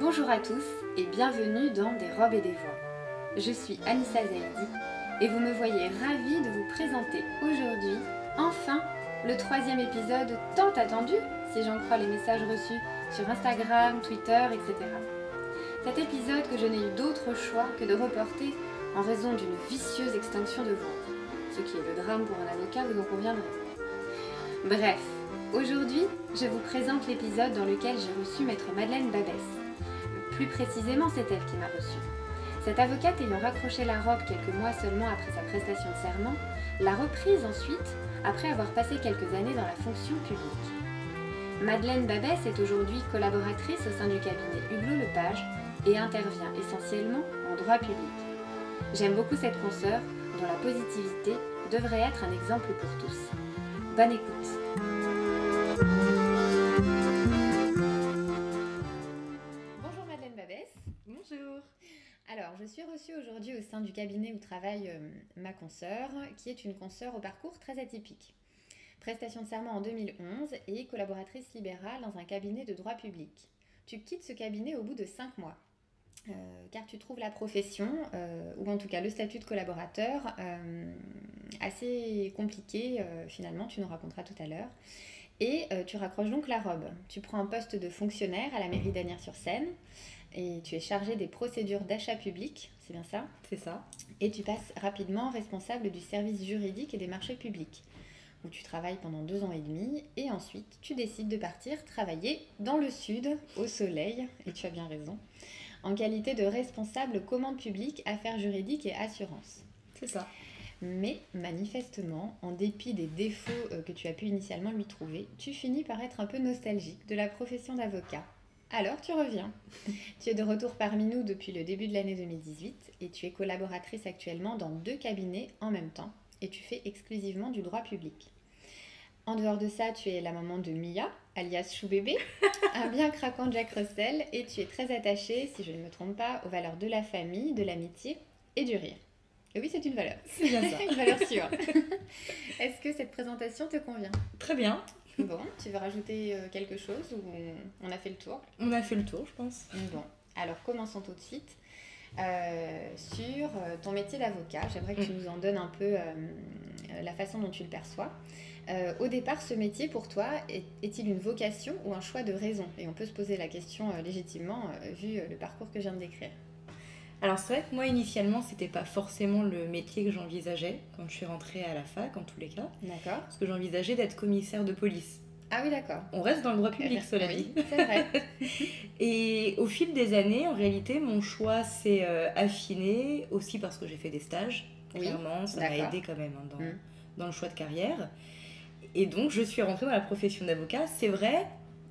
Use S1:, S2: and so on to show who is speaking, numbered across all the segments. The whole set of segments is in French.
S1: Bonjour à tous et bienvenue dans Des robes et des voix. Je suis Anissa Zaidi et vous me voyez ravie de vous présenter aujourd'hui, enfin, le troisième épisode tant attendu, si j'en crois les messages reçus sur Instagram, Twitter, etc. Cet épisode que je n'ai eu d'autre choix que de reporter en raison d'une vicieuse extinction de voix, ce qui est le drame pour un avocat, vous en conviendrez. Bref, aujourd'hui, je vous présente l'épisode dans lequel j'ai reçu maître Madeleine Babès. Plus précisément, c'est elle qui m'a reçue. Cette avocate ayant raccroché la robe quelques mois seulement après sa prestation de serment, l'a reprise ensuite après avoir passé quelques années dans la fonction publique. Madeleine Babès est aujourd'hui collaboratrice au sein du cabinet Hublot-Lepage et intervient essentiellement en droit public. J'aime beaucoup cette consoeur dont la positivité devrait être un exemple pour tous. Bonne écoute Bonjour Madeleine Babès. Bonjour. Alors, je suis reçue aujourd'hui au sein du cabinet où travaille euh, ma consoeur, qui est une consoeur au parcours très atypique. Prestation de serment en 2011 et collaboratrice libérale dans un cabinet de droit public. Tu quittes ce cabinet au bout de 5 mois, euh, car tu trouves la profession, euh, ou en tout cas le statut de collaborateur, euh, assez compliqué euh, finalement, tu nous raconteras tout à l'heure. Et euh, tu raccroches donc la robe. Tu prends un poste de fonctionnaire à la mairie d'Anières-sur-Seine et tu es chargé des procédures d'achat public, c'est bien ça
S2: C'est ça.
S1: Et tu passes rapidement responsable du service juridique et des marchés publics, où tu travailles pendant deux ans et demi, et ensuite tu décides de partir travailler dans le sud, au soleil, et tu as bien raison, en qualité de responsable commande publique, affaires juridiques et assurances.
S2: C'est ça.
S1: Mais manifestement, en dépit des défauts euh, que tu as pu initialement lui trouver, tu finis par être un peu nostalgique de la profession d'avocat. Alors tu reviens. tu es de retour parmi nous depuis le début de l'année 2018 et tu es collaboratrice actuellement dans deux cabinets en même temps et tu fais exclusivement du droit public. En dehors de ça, tu es la maman de Mia, alias Chou Bébé, un bien craquant Jack Russell, et tu es très attachée, si je ne me trompe pas, aux valeurs de la famille, de l'amitié et du rire. Et oui, c'est une valeur.
S2: C'est bien ça.
S1: Une valeur sûre. Est-ce que cette présentation te convient
S2: Très bien.
S1: Bon, tu veux rajouter euh, quelque chose ou on a fait le tour
S2: On a fait le tour, je pense.
S1: Bon, alors commençons tout de suite euh, sur euh, ton métier d'avocat. J'aimerais que tu nous en donnes un peu euh, euh, la façon dont tu le perçois. Euh, au départ, ce métier pour toi est- est-il une vocation ou un choix de raison Et on peut se poser la question euh, légitimement euh, vu euh, le parcours que je viens de décrire.
S2: Alors c'est vrai que moi initialement c'était pas forcément le métier que j'envisageais quand je suis rentrée à la fac en tous les cas,
S1: D'accord
S2: parce que j'envisageais d'être commissaire de police.
S1: Ah oui, d'accord.
S2: On reste dans le droit public cela
S1: Oui,
S2: dit.
S1: c'est vrai.
S2: Et au fil des années, en réalité, mon choix s'est euh, affiné aussi parce que j'ai fait des stages.
S1: Oui,
S2: Clairement, ça m'a
S1: d'accord.
S2: aidé quand même hein, dans,
S1: Mm.
S2: dans le choix de carrière. Et donc je suis rentrée dans la profession d'avocat. C'est vrai,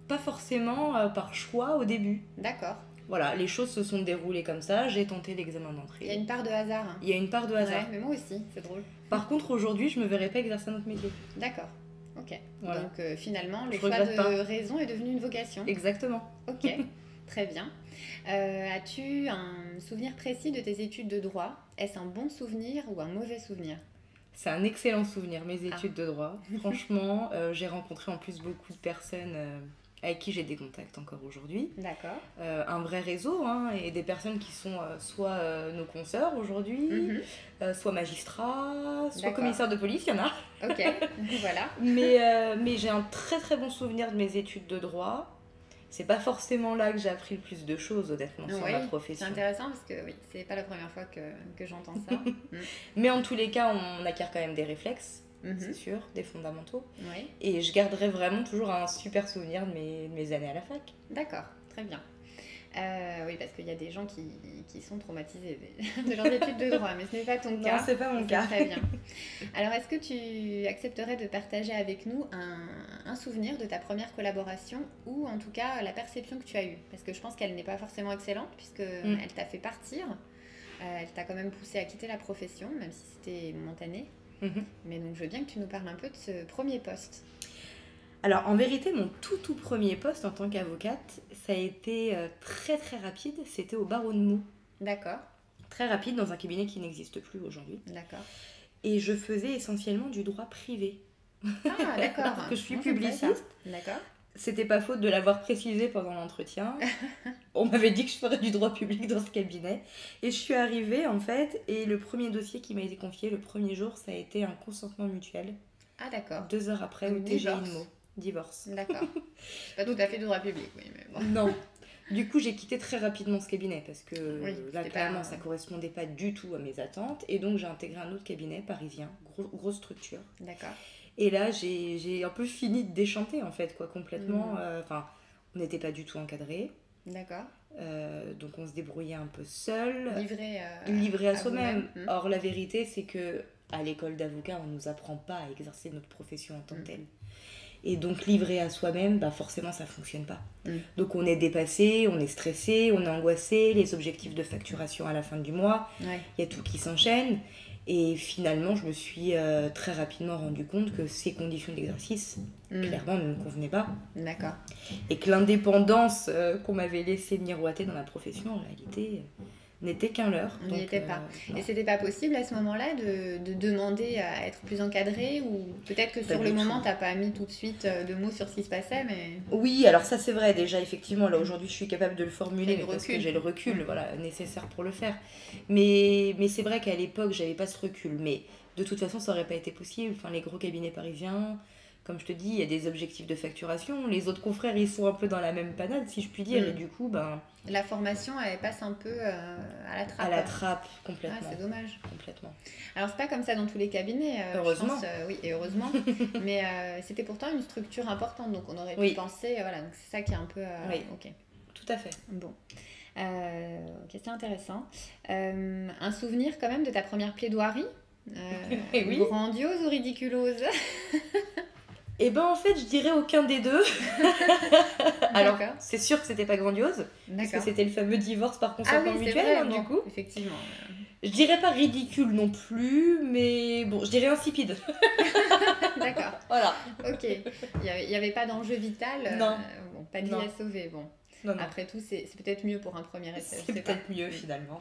S2: pas forcément euh, par choix au début.
S1: D'accord.
S2: Voilà, les choses se sont déroulées comme ça, j'ai tenté l'examen
S1: Il y a
S2: d'entrée.
S1: une part de hasard. hein.
S2: Il y a une part de hasard.
S1: Ouais, mais moi aussi, c'est drôle.
S2: Par contre, aujourd'hui, je me verrais pas exercer un autre métier.
S1: D'accord. Ok.
S2: Voilà.
S1: Donc euh, finalement, le
S2: Je
S1: choix
S2: regrette
S1: de
S2: pas.
S1: raison est devenu une vocation.
S2: Exactement.
S1: Ok, très bien. Euh, As-tu un souvenir précis de tes études de droit Est-ce un bon souvenir ou un mauvais souvenir
S2: C'est un excellent souvenir, mes
S1: Ah.
S2: études de droit. Franchement, euh, j'ai rencontré en plus beaucoup de personnes euh, avec qui j'ai des contacts encore aujourd'hui.
S1: D'accord.
S2: Euh, un vrai réseau, hein, et des personnes qui sont euh, soit euh, nos consoeurs aujourd'hui,
S1: Mhm.
S2: euh, soit magistrats, soit
S1: D'accord.
S2: commissaires de police, il y en a.
S1: Ok, voilà.
S2: Mais, euh, mais j'ai un très très bon souvenir de mes études de droit. C'est pas forcément là que j'ai appris le plus de choses, honnêtement, sur
S1: Oui,
S2: ma
S1: C'est
S2: profession.
S1: intéressant parce que oui, c'est pas la première fois que, que j'entends ça.
S2: Mais en tous les cas, on acquiert quand même des réflexes, c'est
S1: Mhm.
S2: sûr, des fondamentaux.
S1: Oui,
S2: Et je garderai vraiment toujours un super souvenir de mes, de mes années à la fac.
S1: d'accord, très bien. Euh, oui, parce qu'il y a des gens qui, qui sont traumatisés de, de leurs études de droit, mais ce n'est pas ton cas.
S2: c'est pas mon
S1: C'est Très bien. Alors, est-ce que tu accepterais de partager avec nous un, un souvenir de ta première collaboration ou en tout cas la perception que tu as eue Parce que je pense qu'elle n'est pas forcément excellente puisque
S2: Mm.
S1: elle t'a fait partir. Euh, elle t'a quand même poussé à quitter la profession, même si c'était momentané.
S2: Mhm.
S1: Mais donc, je veux bien que tu nous parles un peu de ce premier poste.
S2: Alors, en vérité, mon tout tout premier poste en tant qu'avocate, ça a été euh, très très rapide. C'était au barreau de Meaux.
S1: D'accord,
S2: Très rapide, dans un cabinet qui n'existe plus aujourd'hui.
S1: d'accord.
S2: Et je faisais essentiellement du droit privé.
S1: Ah, d'accord. Ah,
S2: Parce que je suis
S1: Comment ça s'appelle, ça
S2: publiciste.
S1: D'accord.
S2: C'était pas faute de l'avoir précisé pendant l'entretien. On m'avait dit que je ferais du droit public dans ce cabinet. Et je suis arrivée en fait, et le premier dossier qui m'a été confié le premier jour, ça a été un consentement mutuel.
S3: Ah d'accord.
S2: Deux heures après,
S3: Donc,
S2: où TGI
S3: divorce.
S2: de mots. Divorce.
S3: D'accord. C'est pas tout à fait du droit public, oui, mais bon.
S2: Non. Du coup, j'ai quitté très rapidement ce cabinet parce que euh,
S3: Oui,
S2: là,
S3: c'était pas-
S2: clairement, ça correspondait pas du tout à mes attentes. Et donc, j'ai intégré un autre cabinet parisien, gros- grosse structure.
S3: D'accord.
S2: Et là, j'ai j'ai un peu fini de déchanter, en fait, quoi, complètement.
S3: Mhm.
S2: Euh, Enfin, on n'était pas du tout encadré.
S3: D'accord.
S2: euh, donc, on se débrouillait un peu seul,
S3: Livré. euh,
S2: livré à,
S3: à
S2: soi-même.
S3: vous-même. Mhm.
S2: Or, la vérité, c'est que à l'école d'avocat, on ne nous apprend pas à exercer notre profession en tant que
S3: Mhm.
S2: telle. Et donc, livré à soi-même, bah, forcément, ça fonctionne pas.
S3: Mhm.
S2: Donc, on est dépassé, on est stressé, on est angoissé, les objectifs de facturation à la fin du mois,
S3: Ouais.
S2: il y a tout qui s'enchaîne. Et finalement, je me suis euh, très rapidement rendu compte que ces conditions d'exercice,
S3: Mm.
S2: clairement, ne me convenaient pas.
S3: D'accord.
S2: Et que l'indépendance euh, qu'on m'avait laissé miroiter dans ma profession, en réalité, euh, n'était qu'un leurre.
S3: On n'y
S2: Donc, euh,
S3: était pas.
S2: non.
S3: Et c'était pas possible à ce moment-là de, de demander à être plus encadré ou peut-être que
S2: Pas
S3: sur
S2: du
S3: le
S2: tout.
S3: moment t'as pas mis tout de suite euh, de mots sur ce qui se passait, mais
S2: Oui, alors ça c'est vrai, déjà effectivement, là aujourd'hui je suis capable de le formuler
S3: T'as le
S2: mais parce que
S3: recul. Mmh.
S2: j'ai le recul voilà, nécessaire pour le faire. Mais, mais c'est vrai qu'à l'époque j'avais pas ce recul, mais de toute façon ça aurait pas été possible. Enfin, les gros cabinets parisiens, comme je te dis, il y a des objectifs de facturation, les autres confrères ils sont un peu dans la même panade si je puis dire,
S3: Mm.
S2: et du coup ben,
S3: la formation elle passe un peu euh, à la trappe.
S2: à la trappe
S3: Ah,
S2: complètement.
S3: c'est dommage.
S2: complètement.
S3: Alors c'est pas comme ça dans tous les cabinets. euh, je
S2: Heureusement.
S3: pense, euh, oui, et heureusement. mais euh, c'était pourtant une structure importante, donc on aurait
S2: Oui.
S3: pu penser. euh, Voilà, donc c'est ça qui est un peu. euh,
S2: Oui.
S3: Ok.
S2: Tout à fait.
S3: Bon. Euh, ok, c'est intéressant. Euh, un souvenir quand même de ta première plaidoirie. Euh,
S2: Eh oui.
S3: Grandiose ou ridiculose
S2: Et ben en fait je dirais aucun des deux. alors
S3: D'accord.
S2: c'est sûr que c'était pas grandiose, parce que
S3: D'accord.
S2: c'était le fameux divorce par
S3: Ah
S2: consentement
S3: oui, c'est
S2: mutuel
S3: vrai,
S2: hein,
S3: bon,
S2: du coup.
S3: Effectivement.
S2: Je dirais pas ridicule non plus, mais bon, je dirais insipide.
S3: D'accord,
S2: Voilà.
S3: ok. Il n'y avait, il y avait pas d'enjeu vital. euh,
S2: Non.
S3: bon, pas de vie
S2: Non.
S3: à sauver. Bon.
S2: Non, non.
S3: Après tout, c'est c'est peut-être mieux pour un premier essai. je
S2: C'est
S3: sais pas.
S2: peut-être mieux finalement.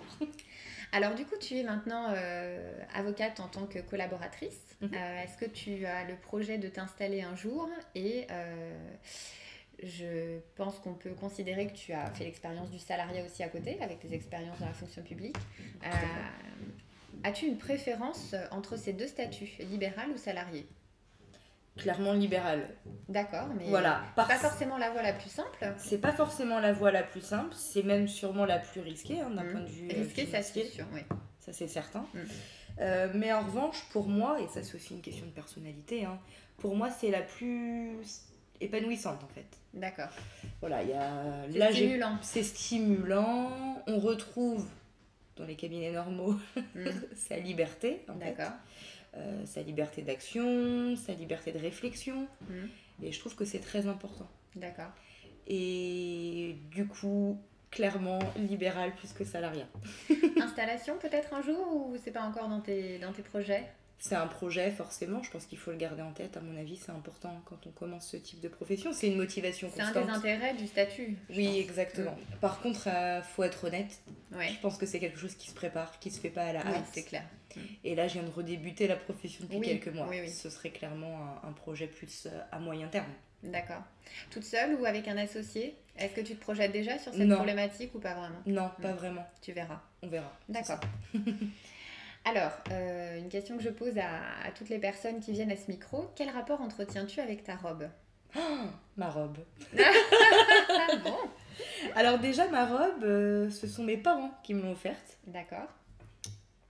S3: Alors du coup, tu es maintenant euh, avocate en tant que collaboratrice.
S2: Mhm.
S3: Euh, Est-ce que tu as le projet de t'installer un jour Et euh, je pense qu'on peut considérer que tu as fait l'expérience du salariat aussi à côté, avec tes expériences dans la fonction publique. Euh,
S2: à fait.
S3: As-tu une préférence euh, entre ces deux statuts, libéral ou salarié
S2: Clairement libéral.
S3: D'accord, mais
S2: Voilà.
S3: c'est
S2: Par-
S3: pas forcément la voie la plus simple.
S2: C'est pas forcément la voie la plus simple, c'est même sûrement la plus risquée hein, d'un
S3: Mhm.
S2: point de vue. euh,
S3: Risqué, ça c'est
S2: financier.
S3: sûr, oui.
S2: Ça, c'est certain.
S3: Mm.
S2: Euh, mais en revanche, pour moi, et ça c'est aussi une question de personnalité, hein, pour moi c'est la plus épanouissante en fait.
S3: D'accord.
S2: Voilà, il y a.
S3: C'est
S2: là, j'ai-
S3: stimulant.
S2: C'est stimulant. On retrouve dans les cabinets normaux
S3: Mm.
S2: sa liberté en fait.
S3: D'accord.
S2: euh, sa liberté d'action, sa liberté de réflexion.
S3: Mhm.
S2: Et je trouve que c'est très important.
S3: D'accord.
S2: Et du coup, clairement, libéral plus que salariat.
S3: Installation peut-être un jour ou c'est pas encore dans tes, dans tes projets
S2: C'est un projet, forcément, je pense qu'il faut le garder en tête, à mon avis, c'est important quand on commence ce type de profession, c'est une motivation
S3: C'est un des Mmh.
S2: constante.
S3: intérêts du statut. je
S2: Oui, exactement. Par contre, il faut être honnête,
S3: pense. Ouais.
S2: je pense que c'est quelque chose qui se prépare, qui se fait pas à la
S3: Oui,
S2: hâte.
S3: c'est clair.
S2: Et là, je viens de redébuter la profession depuis
S3: Oui,
S2: quelques mois.
S3: oui, oui.
S2: Ce serait clairement un, un projet plus euh, à moyen terme.
S3: D'accord. Toute seule ou avec un associé Est-ce que tu te projettes déjà sur cette
S2: Non.
S3: problématique ou pas vraiment
S2: Non, pas
S3: Mhm.
S2: vraiment.
S3: Tu verras.
S2: On verra.
S3: D'accord. Alors, euh, une question que je pose à, à toutes les personnes qui viennent à ce micro. Quel rapport entretiens-tu avec ta robe
S2: Ma robe.
S3: Ah bon
S2: Alors déjà, ma robe, euh, ce sont mes parents qui me l'ont offerte.
S3: D'accord.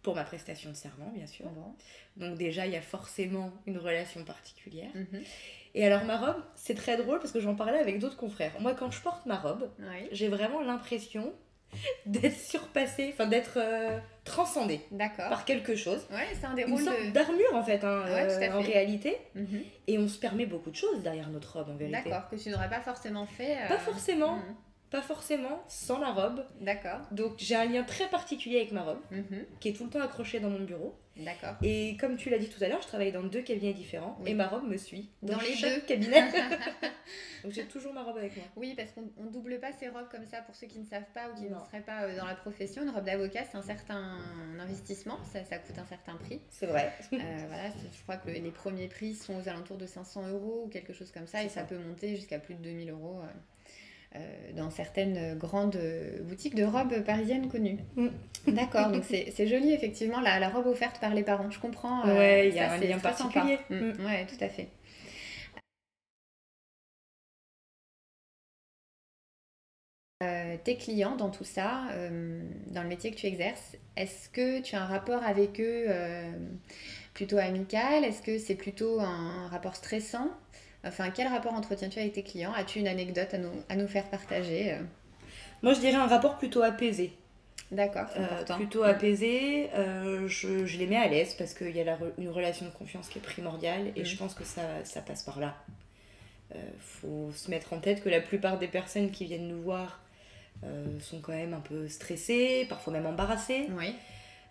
S2: Pour ma prestation de serment, bien sûr.
S3: Bon.
S2: Donc déjà, il y a forcément une relation particulière.
S3: Mhm.
S2: Et alors, ma robe, c'est très drôle parce que j'en parlais avec d'autres confrères. Moi, quand je porte ma robe,
S3: Oui.
S2: j'ai vraiment l'impression d'être surpassée, enfin d'être euh, transcendée
S3: D'accord.
S2: par quelque chose.
S3: Ouais, c'est un des
S2: Une
S3: rôles
S2: sorte
S3: de. Ah
S2: d'armure, en fait, hein,
S3: Ouais, tout à
S2: euh, en
S3: fait.
S2: réalité.
S3: Mhm.
S2: Et on se permet beaucoup de choses derrière notre robe, en vérité.
S3: D'accord, que tu n'aurais pas forcément fait. euh,
S2: Pas forcément.
S3: mhm.
S2: pas forcément sans la robe.
S3: D'accord.
S2: Donc j'ai un lien très particulier avec ma robe,
S3: Mhm.
S2: qui est tout le temps accrochée dans mon bureau.
S3: D'accord.
S2: Et comme tu l'as dit tout à l'heure, je travaille dans deux cabinets différents
S3: Oui.
S2: et ma robe me suit dans,
S3: Dans les
S2: chaque
S3: deux.
S2: cabinet. Donc j'ai toujours ma robe avec moi.
S3: Oui, parce qu'on on double pas ses robes comme ça pour ceux qui ne savent pas ou qui
S2: Non.
S3: ne seraient pas euh, dans la profession. Une robe d'avocat, c'est un certain investissement, ça, ça coûte un certain prix.
S2: C'est vrai.
S3: Euh, voilà, c'est- je crois que le- les premiers prix sont aux alentours de 500 euros ou quelque chose comme ça,
S2: C'est
S3: et ça,
S2: ça.
S3: peut monter jusqu'à plus de 2000 euros euh, euh, dans certaines grandes euh, boutiques de robes parisiennes connues.
S2: Mm.
S3: D'accord, donc c'est c'est joli effectivement la, la robe offerte par les parents, je comprends. euh,
S2: Ouais, il y a
S3: ça,
S2: un
S3: c'est
S2: lien
S3: très
S2: particulier.
S3: sympa. Mm, Ouais, tout à fait. Euh, tes clients dans tout ça, euh, dans le métier que tu exerces, est-ce que tu as un rapport avec eux euh, plutôt amical Est-ce que c'est plutôt un rapport stressant Enfin, quel rapport entretiens-tu avec tes clients As-tu une anecdote à nous, à nous faire partager Euh,
S2: Moi je dirais un rapport plutôt apaisé.
S3: D'accord, c'est
S2: Euh,
S3: important.
S2: plutôt apaisé, euh, je, je les mets à l'aise parce qu'il y a la re- une relation de confiance qui est primordiale et
S3: Mhm.
S2: je pense que ça, ça passe par là. Euh, faut se mettre en tête que la plupart des personnes qui viennent nous voir euh, sont quand même un peu stressées, parfois même embarrassées.
S3: Oui,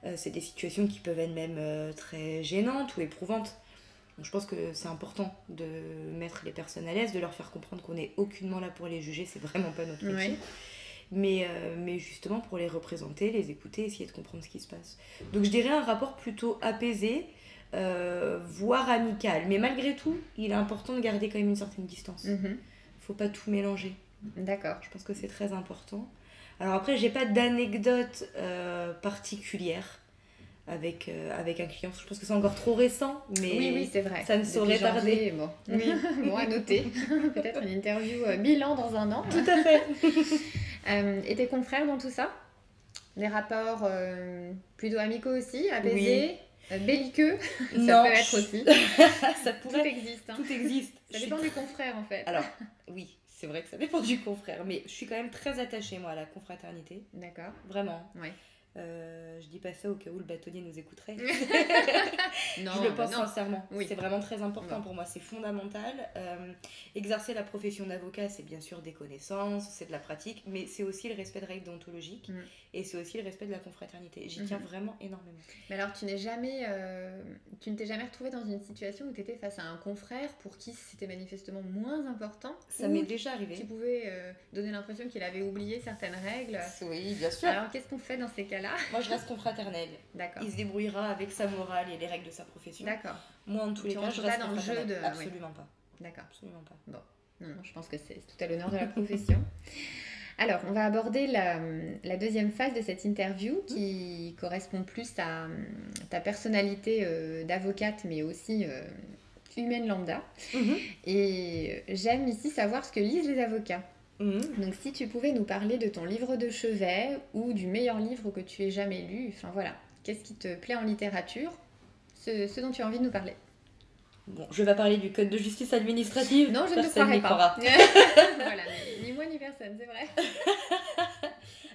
S2: Euh, c'est des situations qui peuvent être même euh, très gênantes ou éprouvantes. Donc, je pense que c'est important de mettre les personnes à l'aise, de leur faire comprendre qu'on n'est aucunement là pour les juger, c'est vraiment pas notre métier.
S3: Ouais.
S2: Mais, euh, mais justement pour les représenter, les écouter, essayer de comprendre ce qui se passe. Donc je dirais un rapport plutôt apaisé, euh, voire amical. Mais malgré tout, il est important de garder quand même une certaine distance.
S3: Mhm.
S2: Faut pas tout mélanger.
S3: d'accord.
S2: Je pense que c'est très important. Alors après, j'ai pas d'anecdote euh, particulière avec, euh, avec un client. Je pense que c'est encore trop récent, mais
S3: Oui, oui, c'est vrai.
S2: ça ne
S3: Depuis
S2: saurait
S3: janvier, Bon.
S2: Oui.
S3: Bon, à noter. Peut-être une interview euh, bilan dans un an.
S2: tout à fait.
S3: Euh, et tes confrères dans tout ça Des rapports euh, plutôt amicaux aussi, apaisés, euh, belliqueux Ça
S2: Non,
S3: peut
S2: je-
S3: être aussi.
S2: ça
S3: Tout
S2: pourrait.
S3: existe. hein.
S2: Tout existe. Je
S3: Ça
S2: suis
S3: dépend du confrère en fait.
S2: Alors, oui, c'est vrai que ça dépend du confrère, mais je suis quand même très attachée, moi, à la confraternité.
S3: D'accord.
S2: Vraiment.
S3: Ouais.
S2: Euh, je dis pas ça au cas où le bâtonnier nous écouterait.
S3: Non,
S2: je le
S3: bah
S2: pense
S3: non.
S2: sincèrement.
S3: Oui.
S2: C'est vraiment très important
S3: Non.
S2: pour moi, c'est fondamental. Euh, exercer la profession d'avocat, c'est bien sûr des connaissances, c'est de la pratique, mais c'est aussi le respect de règles déontologiques
S3: Mm.
S2: et c'est aussi le respect de la confraternité. J'y
S3: Mhm.
S2: tiens vraiment énormément.
S3: Mais alors, tu n'es jamais, euh, tu ne t'es jamais retrouvée dans une situation où tu étais face à un confrère pour qui c'était manifestement moins important.
S2: Ça
S3: ou
S2: m'est déjà
S3: Tu
S2: arrivé.
S3: pouvais euh, donner l'impression qu'il avait oublié certaines règles.
S2: Oui, bien sûr.
S3: Alors, qu'est-ce qu'on fait dans ces cas-là
S2: Ah, moi, je reste confraternelle.
S3: D'accord.
S2: Il se débrouillera avec sa morale et les règles de sa profession.
S3: D'accord.
S2: Moi, en tous
S3: Tu
S2: les cas,
S3: rentres
S2: je
S3: pas
S2: reste
S3: dans le jeu
S2: confraternelle.
S3: de-
S2: Absolument pas.
S3: D'accord.
S2: Absolument pas.
S3: Non, non, je pense que c'est tout à l'honneur de la profession. Alors, on va aborder la, la deuxième phase de cette interview qui correspond plus à hum, ta personnalité euh, d'avocate, mais aussi euh, humaine lambda.
S2: Mhm.
S3: Mm-hmm. Et euh, j'aime ici savoir ce que lisent les avocats.
S2: Mhm.
S3: Donc, si tu pouvais nous parler de ton livre de chevet ou du meilleur livre que tu aies jamais lu, enfin voilà, qu'est-ce qui te plaît en littérature ce, ce dont tu as envie de nous parler.
S2: Bon, je vais pas parler du code de justice administrative.
S3: Non, je ne te
S2: personne
S3: croirais
S2: n'y
S3: pas.
S2: croira.
S3: voilà, mais ni moi ni personne, c'est vrai.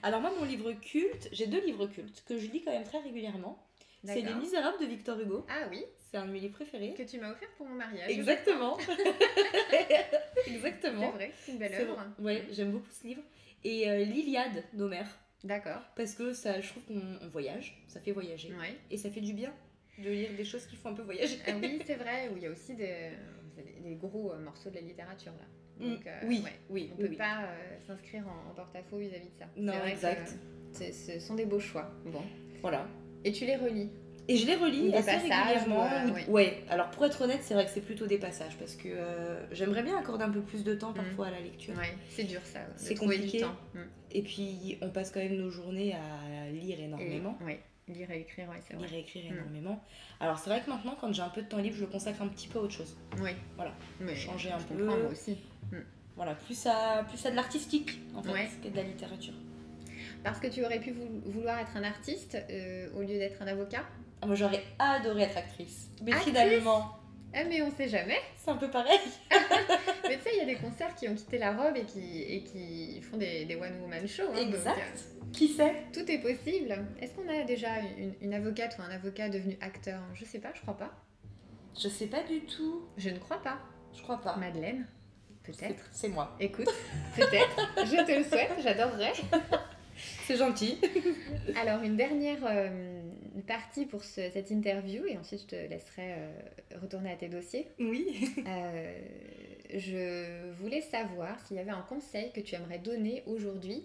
S2: Alors moi, mon livre culte, j'ai deux livres cultes que je lis quand même très régulièrement. C'est Les
S3: D'accord.
S2: Misérables de Victor Hugo.
S3: Ah oui,
S2: C'est un de mes livres préférés.
S3: que tu m'as offert pour mon mariage.
S2: Exactement.
S3: C'est
S2: Exactement.
S3: vrai, c'est une belle
S2: C'est
S3: œuvre.
S2: vrai. Ouais, j'aime beaucoup ce livre. Et euh, l'Iliade d'Homère.
S3: D'accord,
S2: Parce que ça, je trouve qu'on on voyage, ça fait voyager.
S3: ouais.
S2: Et ça fait du bien de lire des choses qui font un peu voyager.
S3: Ah oui, c'est vrai, où il y a aussi des, des- des gros euh, morceaux de la littérature là. Donc,
S2: Mm.
S3: euh,
S2: oui,
S3: ouais.
S2: oui,
S3: On
S2: oui,
S3: peut
S2: oui.
S3: pas euh, s'inscrire en, en porte-à-faux vis-à-vis de ça.
S2: Non,
S3: C'est vrai que,
S2: exact.
S3: euh, c'est- ce sont des beaux choix. Bon.
S2: Voilà.
S3: Et tu les relis.
S2: Et je les relis
S3: Ou des
S2: assez
S3: passages,
S2: régulièrement.
S3: ou, euh,
S2: Ou-
S3: oui.
S2: Ouais, alors pour être honnête, c'est vrai que c'est plutôt des passages parce que euh, j'aimerais bien accorder un peu plus de temps parfois à la lecture.
S3: Mm. Ouais, c'est dur ça. de
S2: C'est
S3: trouver
S2: compliqué.
S3: Du temps. Mm.
S2: Et puis on passe quand même nos journées à lire
S3: Et,
S2: énormément,
S3: ouais, lire et écrire, ouais, c'est vrai.
S2: lire et écrire
S3: Mm.
S2: énormément. Alors c'est vrai que maintenant, quand j'ai un peu de temps libre, je le consacre un petit peu à autre chose.
S3: Oui.
S2: Voilà.
S3: Mais
S2: Changer un
S3: je
S2: peu.
S3: comprends, moi aussi.
S2: Voilà, plus à, plus à de l'artistique en fait
S3: Ouais.
S2: que de la littérature.
S3: Parce que tu aurais pu vou- vouloir être un artiste euh, au lieu d'être un avocat.
S2: Ah, moi j'aurais adoré être actrice. Mais
S3: Actrice
S2: finalement,
S3: Ah, mais on sait jamais.
S2: c'est un peu pareil.
S3: Mais tu sais, il y a des concerts qui ont quitté la robe et qui, et qui font des, des one woman shows. hein, donc,
S2: Exact. Qui sait
S3: euh, tout est possible. Est-ce qu'on a déjà une, une avocate ou un avocat devenu acteur Je sais pas, je crois pas.
S2: Je sais pas du tout.
S3: Je ne crois pas.
S2: Je crois pas.
S3: Madeleine Peut-être.
S2: C'est moi.
S3: Écoute, peut-être. Je te le souhaite, j'adorerais.
S2: C'est gentil.
S3: Alors, une dernière euh, partie pour ce- cette interview, et ensuite je te laisserai euh, retourner à tes dossiers.
S2: Oui.
S3: Euh, je voulais savoir s'il y avait un conseil que tu aimerais donner aujourd'hui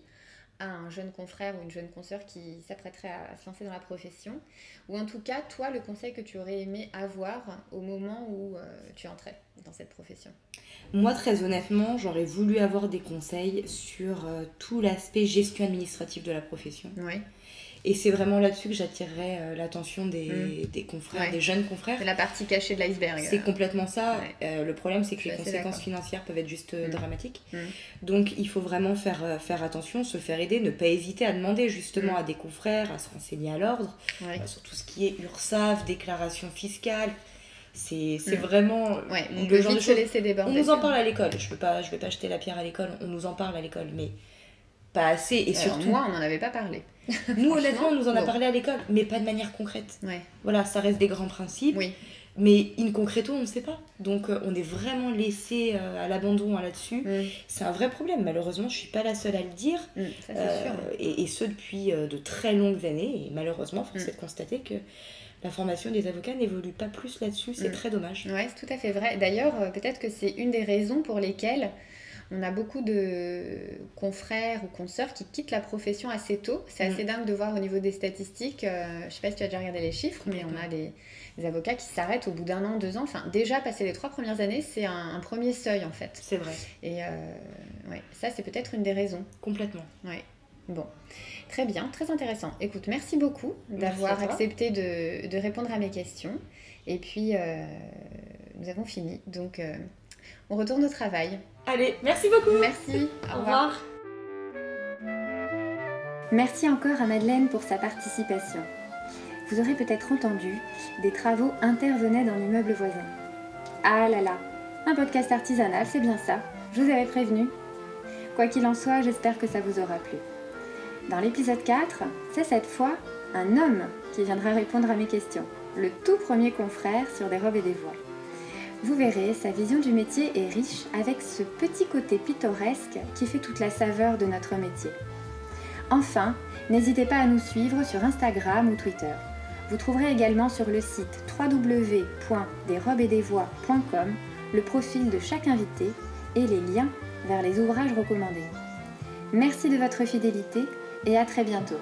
S3: à un jeune confrère ou une jeune consoeur qui s'apprêterait à se lancer dans la profession, ou en tout cas, toi, le conseil que tu aurais aimé avoir au moment où euh, tu entrais dans cette profession. Mm.
S2: Moi, très honnêtement, j'aurais voulu avoir des conseils sur euh, tout l'aspect gestion administrative de la profession.
S3: Oui,
S2: Et c'est vraiment là-dessus que j'attirerais euh, l'attention des, des confrères,
S3: Mm. Ouais.
S2: des jeunes confrères.
S3: c'est la partie cachée de l'iceberg.
S2: C'est complètement ça.
S3: Ouais.
S2: Euh, le problème, c'est que
S3: Je
S2: les
S3: suis assez
S2: conséquences
S3: d'accord.
S2: financières peuvent être juste euh,
S3: Mm.
S2: dramatiques.
S3: Mm.
S2: Donc, il faut vraiment faire, euh, faire attention, se faire aider, ne pas hésiter à demander justement
S3: Mm.
S2: à des confrères, à se renseigner à l'ordre,
S3: Ouais.
S2: euh, sur tout ce qui est URSAF, déclaration fiscale. C'est c'est
S3: Mm.
S2: vraiment
S3: Ouais, on
S2: le
S3: peut
S2: genre de
S3: vite se
S2: choses.
S3: laisser déborder.
S2: On nous en parle à l'école. Je ne pas, je vais pas jeter la pierre à l'école. On nous en parle à l'école, mais pas assez. Et
S3: Alors,
S2: surtout,
S3: moi, on n'en avait pas parlé.
S2: nous, honnêtement, on nous en a
S3: bon.
S2: parlé à l'école, mais pas de manière concrète.
S3: Ouais.
S2: Voilà, ça reste des grands principes.
S3: Oui.
S2: Mais in concreto, on ne sait pas. Donc euh, on est vraiment laissé euh, à l'abandon hein, là-dessus.
S3: Mm.
S2: C'est un vrai problème. Malheureusement, je ne suis pas la seule à le dire.
S3: Mm, Ça, c'est
S2: Euh,
S3: sûr.
S2: et, et ce depuis euh, de très longues années. Et malheureusement, force
S3: Mm.
S2: est de constater que la formation des avocats n'évolue pas plus là-dessus. C'est
S3: Mm.
S2: très dommage.
S3: Ouais, c'est tout à fait vrai. D'ailleurs, euh, peut-être que c'est une des raisons pour lesquelles on a beaucoup de confrères ou consoeurs qui quittent la profession assez tôt. C'est
S2: Mm.
S3: assez dingue de voir au niveau des statistiques. euh, je sais pas si tu as déjà regardé les chiffres, mais on a des, des avocats qui s'arrêtent au bout d'un an, deux ans. Enfin, déjà, passer les trois premières années, c'est un, un premier seuil en fait.
S2: C'est vrai,
S3: Et euh, ouais, ça, c'est peut-être une des raisons.
S2: complètement.
S3: Bon, très bien, très intéressant. Écoute, merci beaucoup d'avoir
S2: Merci à toi.
S3: accepté de, de répondre à mes questions. Et puis, euh, nous avons fini. Donc, euh, on retourne au travail.
S2: Allez, merci beaucoup.
S3: Merci, au revoir.
S1: Merci encore à Madeleine pour sa participation. Vous aurez peut-être entendu, des travaux intervenaient dans l'immeuble voisin. Ah là là, un podcast artisanal, c'est bien ça, je vous avais prévenu. Quoi qu'il en soit, j'espère que ça vous aura plu. Dans l'épisode 4, c'est cette fois un homme qui viendra répondre à mes questions, le tout premier confrère sur des robes et des voiles. Vous verrez, sa vision du métier est riche avec ce petit côté pittoresque qui fait toute la saveur de notre métier. Enfin, n'hésitez pas à nous suivre sur Instagram ou Twitter. Vous trouverez également sur le site www.desrobesdesvoix.com le profil de chaque invité et les liens vers les ouvrages recommandés. Merci de votre fidélité et à très bientôt.